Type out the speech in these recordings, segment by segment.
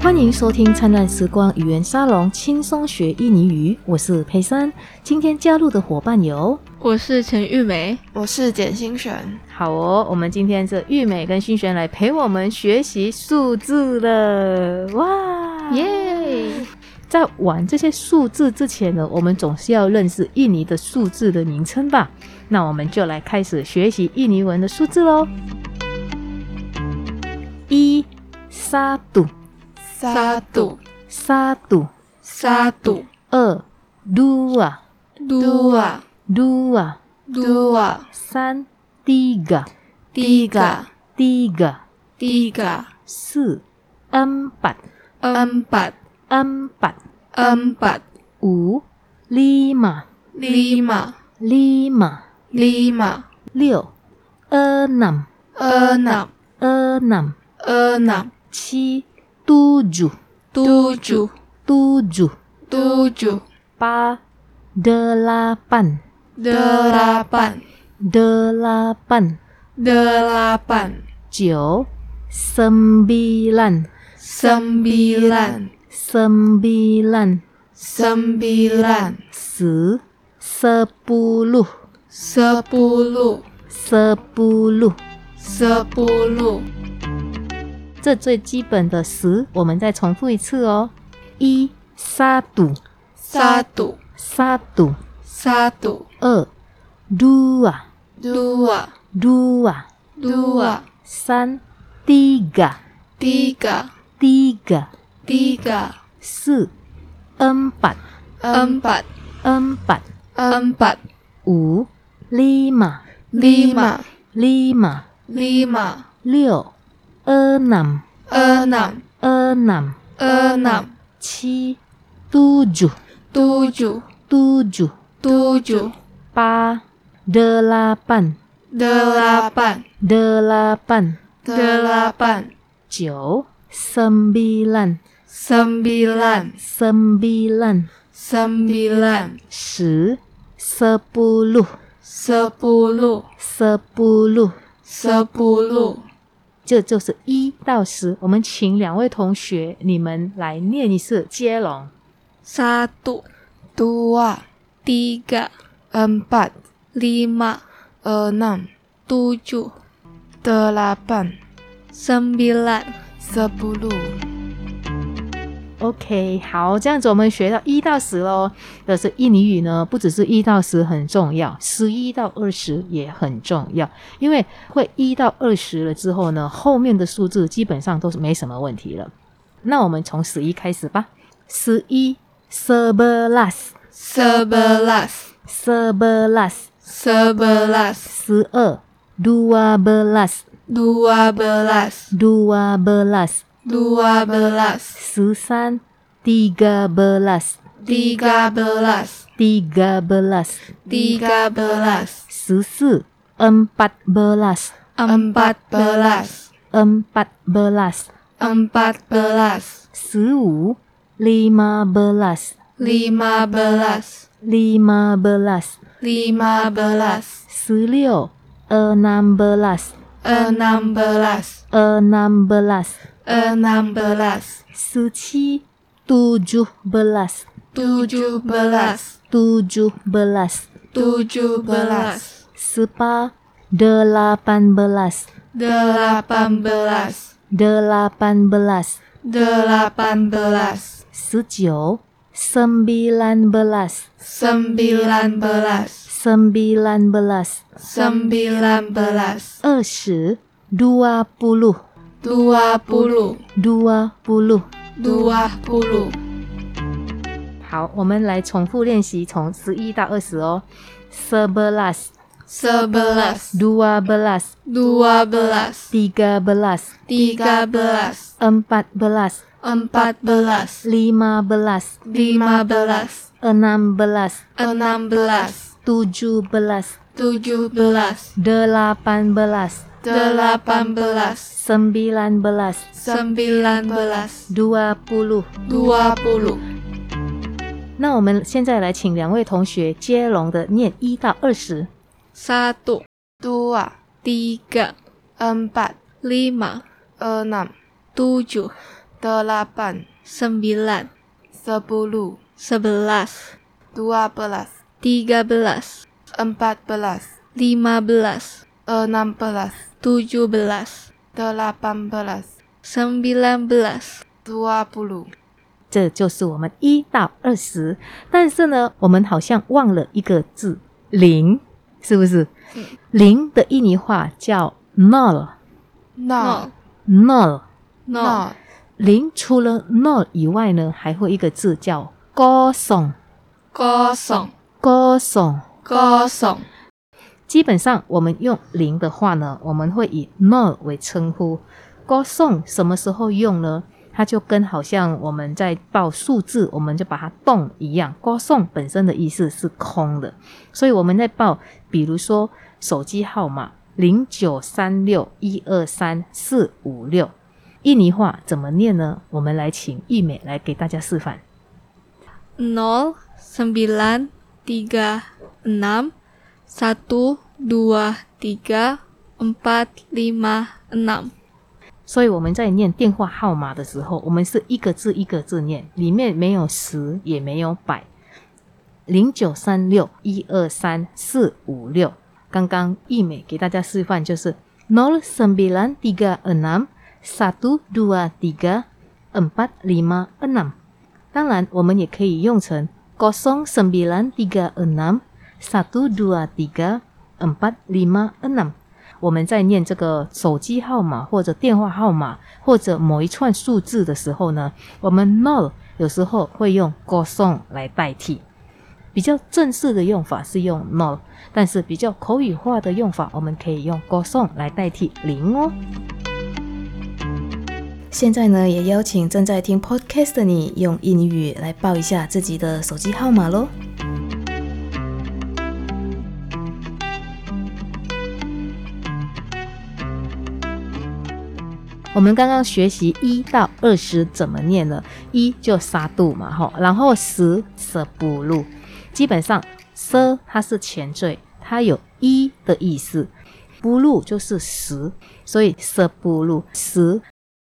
欢迎收听《灿烂时光语言沙龙》，轻松学印尼语。我是佩珊，今天加入的伙伴有。我是陈玉梅，我是简心璇，好哦，我们今天是玉美跟勋璇来陪我们学习数字了，哇！耶、在玩这些数字之前呢，我们总是要认识印尼的数字的名称吧？那我们就来开始学习印尼文的数字喽。一、沙杜沙杜沙杜，沙杜二、dua 杜啊 dua，杜啊三、tiga 第一个 tiga，第一个四、empat empat empat。 empat 五、lima、 lima lima、 lima 六、enam、 enam enam、 enam 七、tujuh、 tujuh tujuh、 tujuh 八、delapan、 delapan delapan、 delapan 九、sembilan、 sembilan sembilan、 sembilan 十、sepuluh、 sepuluh sepuluh。 sepuluh 这最基本的十，我们再重复一次哦。一、satu、 satu satu。 satu 二、dua、啊 dua dua、 dua 啊三、tiga、啊 tiga tiga、 tiga 啊四、empat、 empat empat、 empat 五、lima、 lima lima、 lima 六、enam、 enam enam、 enam 七、tujuh、 tujuh tujuh、 tujuh 八、delapan、 delapan delapan、 delapan 九、sembilan、 sembilan sembilan、 sembilan 十、sepuluh、 sepuluh sepuluh。 sepuluh 这就是一到十。我们请两位同学，你们来念一次接龙。 satu dua tiga empat lima enam tujuh delapan sembilan sepuluh OK，好，这样子我们学到一到十喽。但是印尼语呢，不只是一到十很重要，十一到二十也很重要，因为会一到二十了之后呢，后面的数字基本上都是没什么问题了。那我们从十一开始吧。十一，sebelas，sebelas， sebelas sebelas 十二，dua belas，dua dua belas belas。 dua belas 十三，tiga belas tiga belas tiga belas， tiga belas 十四，empat belas empat belas empat belas， empat belas 十五，lima belas lima belas lima belas， lima belas 十六，enam belas enam belas enam belas， enam belas 十七，tujuh belas tujuh belas tujuh belas， tujuh belas 十八，delapan belas delapan belas delapan belas， delapan belas 十九，sembilan belas。 sembilan belas sembilan belas, sembilan belas 二十 dua puluh, dua puluh dua puluh。 dua puluh 好，我们来重复练习，从十一到二十哦。sebelas, sebelas dua belas, dua belas tiga belas, tiga belas empat belas, empat belas lima belas, lima belas enam belas, enam belas tujuh belas, tujuh belas delapan belas, delapan belas sembilan belas, sembilan belas dua puluh。 dua puluh 那我们现在来请两位同学接龙的念一到二十。 satu dua tiga empat lima enam tujuh delapan, sembilan, sepuluh, sebelas, dua belas, tiga belas, empat belas, lima belas, enam belas, tujuh belas, delapan belas, sembilan belas. dua puluh. 这就是我们一到二十。但是呢，我们好像忘了一个字“零”，是不是？嗯零的印尼话叫 “null”，null。 No, no, 零除了 “null” 以外呢，还会一个字叫 “kosong”，kosong。 kosong, kosong, 基本上我们用零的话呢，我们会以 no 为称呼。歌颂什么时候用呢？它就跟好像我们在报数字，我们就把它动一样。歌颂本身的意思是空的，所以我们在报，比如说手机号码零九三六一二三四五六，印尼话怎么念呢？我们来请玉美来给大家示范。 nol, sembilan, tiga, enam, satu, dua, tiga, empat, lima, enam. 所以我们在念电话号码的时候，我们是一个字一个字念，里面没有十，也没有百。零九三六一二三四五六，刚刚易美给大家示范就是 nol sembilan tiga enam satu dua tiga empat lima enam。当然，我们也可以用成 kosong sembilan tiga enam satu dua tiga empat lima enam。我们在念这个手机号码或者电话号码或者某一串数字的时候呢，我们 no 有时候会用 go song 来代替。比较正式的用法是用 no，但是比较口语化的用法，我们可以用 go song 来代替零哦。现在呢，也邀请正在听 podcast 的你用印尼语来报一下自己的手机号码喽。我们刚刚学习一到二十怎么念了，一就沙度嘛，哈，然后十舍不入，基本上奢它是前缀，它有一的意思，不入就是十，所以舍不入十。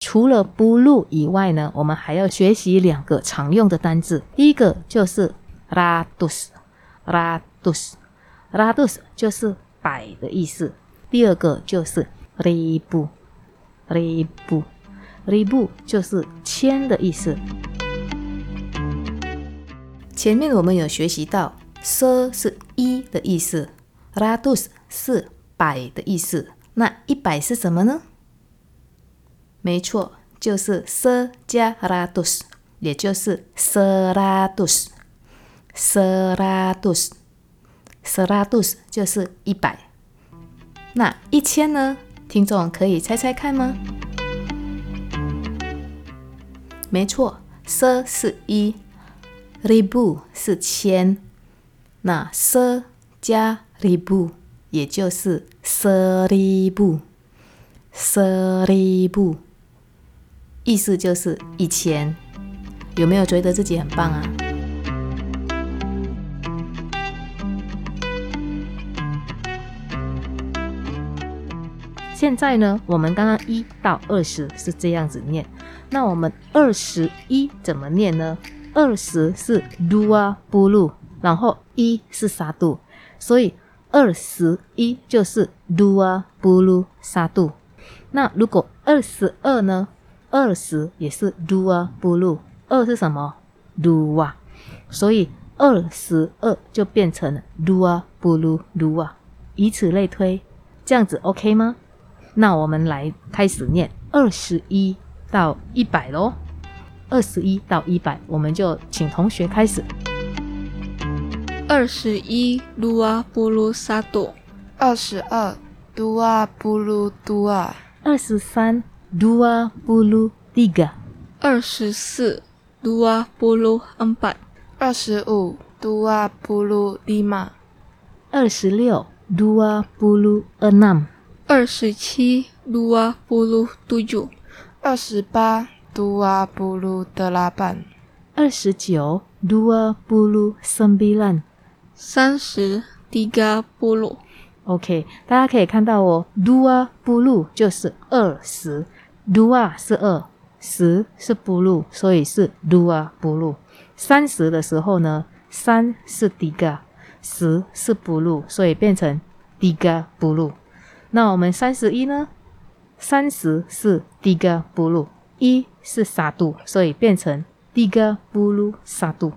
除了不入以外呢，我们还要学习两个常用的单字，第一个就是 ratus，ratus，ratus 就是百的意思，第二个就是 ribu。ribu，ribu 就是千的意思。前面我们有学习到 s 是一的意思，ratus 是百的意思，那一百是什么呢？没错，就是 s 加 ratus，也就是 seratus，seratus，seratus 就是一百。那一千呢？听众可以猜猜看吗？没错，s 是一，ribu 是千，那 s 加 ribu 也就是 seribu，seribu，意思就是一千。有没有觉得自己很棒啊？现在呢，我们刚刚一到二十是这样子念，那我们二十一怎么念呢？二十是 dua bulu，然后一是沙度，所以二十一就是 dua bulu 沙度。那如果二十二呢？二十也是 dua bulu，二是什么？dua，所以二十二就变成了 dua bulu dua，以此类推，这样子 OK 吗？那我们来开始念二十一到一百喽。二十一到一百，我们就请同学开始。二十一，dua puluh satu, 二十二，dua puluh dua，二十三，dua bulu tiga，二十四，dua puluh empat, 二十五，dua puluh lima，二十六，dua bulu enam，二十七，dua puluh tujuh, 二十八，dua puluh delapan，二十九，dua bulu sembilan。三十，tiga puluh, OK，大家可以看到哦，dua bulu 就是二十，dua 是二，十是 blue，所以是 dua blue。三十的时候呢，三是 diga，十是 blue，所以变成 diga blue。那我们三十一呢？三十是 diga blue，一是 satu，所以变成 diga blue satu。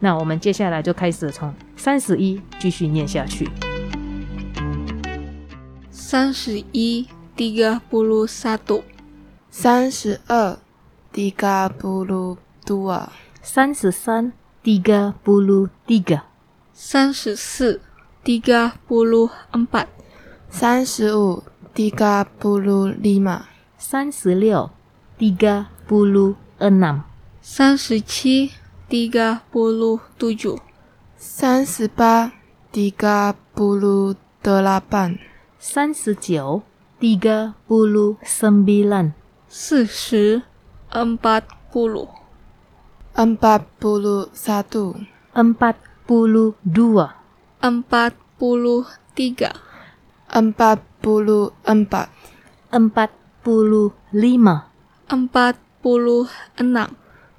那我们接下来就开始从三十一继续念下去。三十一，tiga puluh satu，三十二，tiga puluh dua，三十三，diga blue diga。三十四，tiga puluh empat，三十五，tiga puluh lima，三十六，diga blue enam。三十七，tiga puluh tujuh，三十八，tiga puluh delapan，三十九，tiga puluh sembilan。四十，empat puluh， empat puluh satu， empat puluh dua。 empat puluh tiga， empat puluh empat， empat puluh lima。 empat puluh enam，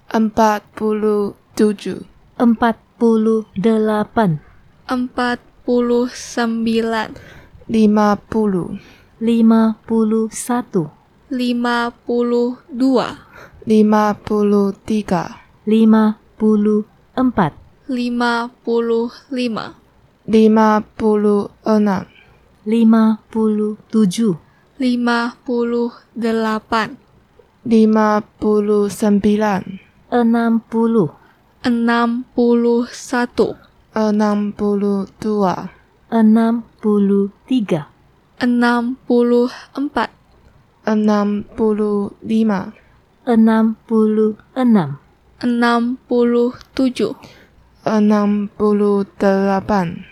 empat puluh tujuh， empat puluh delapan。 empat puluh sembilan， lima puluh， lima puluh satu。 lima puluh dua， lima puluh tiga， lima puluh empat。 lima puluh lima， lima puluh enam， lima puluh tujuh。 lima puluh delapan， lima puluh sembilan， enam puluh。 enam puluh satu， enam puluh dua， enam puluh tiga。 enam puluh empat， enam puluh lima， enam puluh enam。 enam puluh tujuh， enam puluh delapan，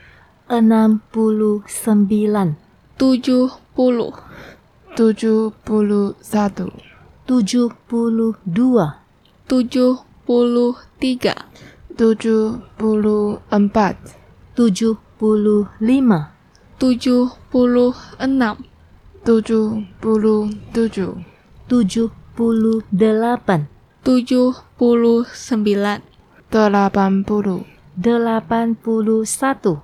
enam puluh sembilan。 tujuh puluh， tujuh puluh satu， tujuh puluh dua。 tujuh puluh tiga， tujuh puluh empat， tujuh puluh lima。 tujuh puluh enam， tujuh puluh tujuh， tujuh puluh delapan。 tujuh puluh sembilan， delapan puluh， delapan puluh satu。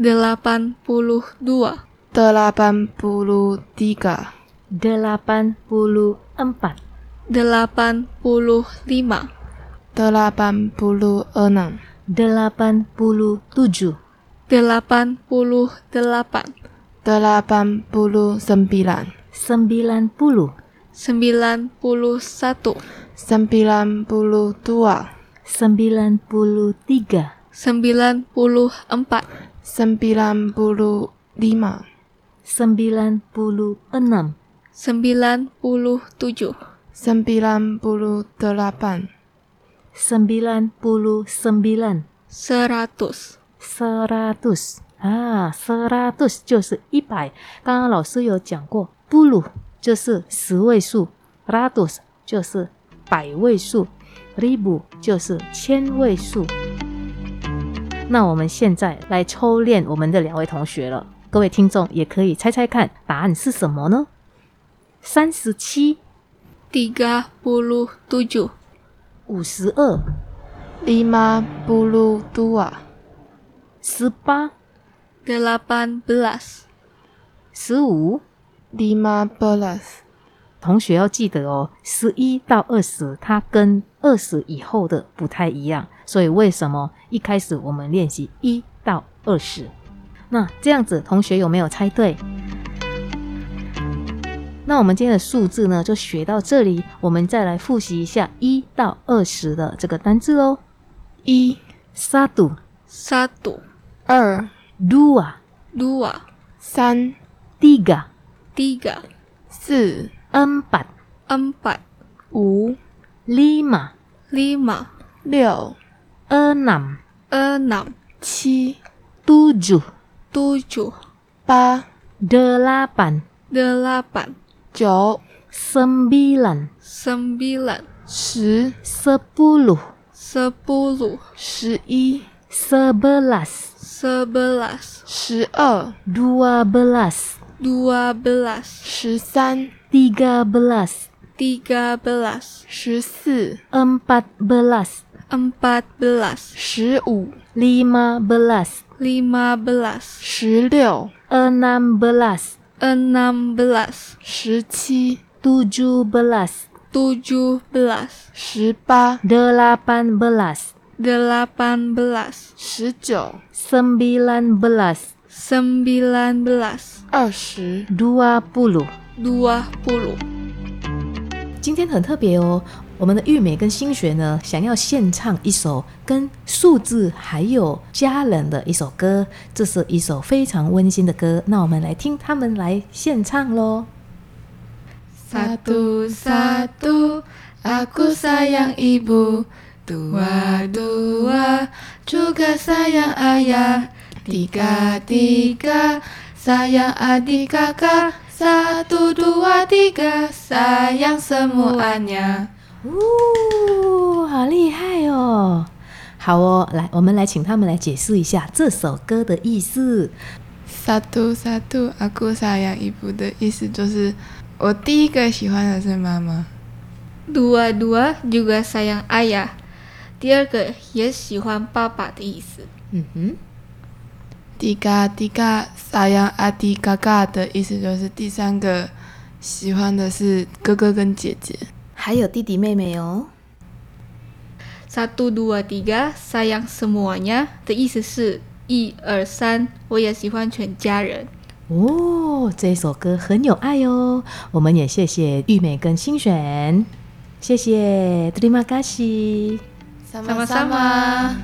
delapan puluh dua， delapan puluh tiga， delapan puluh empat。 delapan puluh lima， delapan puluh enam， delapan puluh tujuh。 delapan puluh delapan， delapan puluh sembilan， sembilan puluh。 sembilan puluh satu， sembilan puluh dua， sembilan puluh tiga。 sembilan puluh empat， sembilan puluh lima， sembilan puluh enam。 sembilan puluh tujuh， sembilan puluh delapan， sembilan puluh sembilan。 seratus， seratus 啊，seratus 就是一百。刚刚老师有讲过，bulu 就是十位数，ratus 就是百位数，ribu 就是千位数。那我们现在来抽练我们的两位同学了，各位听众也可以猜猜看答案是什么呢？三十七、 tiga puluh tujuh，五十二、 lima puluh dua，十八、 delapan belas，十五。 lima belas，同学要记得哦，十一到二十，它跟二十以后的不太一样，所以为什么一开始我们练习一到二十？那这样子，同学有没有猜对？那我们今天的数字呢，就学到这里，我们再来复习一下一到二十的这个单字哦。一、 satu satu，二、 dua dua，三、 tiga tiga，四、 empat empat，五、 lima lima，六、 enam enam，七、 tujuh tujuh，八、 delapan delapan，九、 sembilan sembilan，十、 sepuluh sepuluh，十一、 sebelas sebelas，十二、 dua belas dua belas，十三、 tiga belas tiga belas, 十四、 empat belas, empat belas, 十五、 lima belas, lima belas, 十六、 enam belas, enam belas, 十七、 tujuh belas, tujuh belas, 十八、 delapan belas, delapan belas, 十九、 sembilan belas, sembilan belas, 二十。 dua puluh. dua puluh. 今天很特别哦，我们的玉美跟新学呢，想要献唱一首跟数字还有家人的一首歌，这是一首非常温馨的歌。那我们来听他们来献唱喽。 Satu-satu aku sayang ibu Dua-dua juga sayang ayah Tiga-tiga sayang adik kakak Satu, dua, tiga sayang semuanya 哦，好厉害哦！好哦，来，我们来请他们来解释一下这首歌的意思。 Satu-satu aku sayang ibu 的意思就是我第一个喜欢的是妈妈 Dua-dua juga sayang ayah. 第二个也喜欢爸爸的意思。嗯哼， Tiga-tiga sayang adik kakak 的意思就是第三个喜欢的是哥哥跟姐姐还有弟弟妹妹哦。 Satu dua tiga sayang semuanya 的意思是一二三，我也喜欢全家人。哦，这首歌很有爱哦。我们也谢谢玉美跟新璇，谢谢 d r i m a g a s i Sama-sama.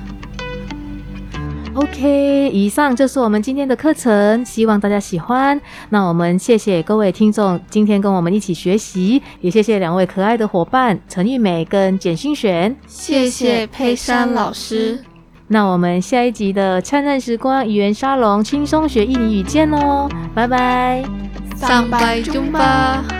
OK，以上就是我们今天的课程，希望大家喜欢。那我们谢谢各位听众今天跟我们一起学习，也谢谢两位可爱的伙伴陈玉美跟简心璇。谢谢佩珊老师，那我们下一集的灿烂时光语言沙龙轻松学印尼语见哦，拜拜。上班中吧。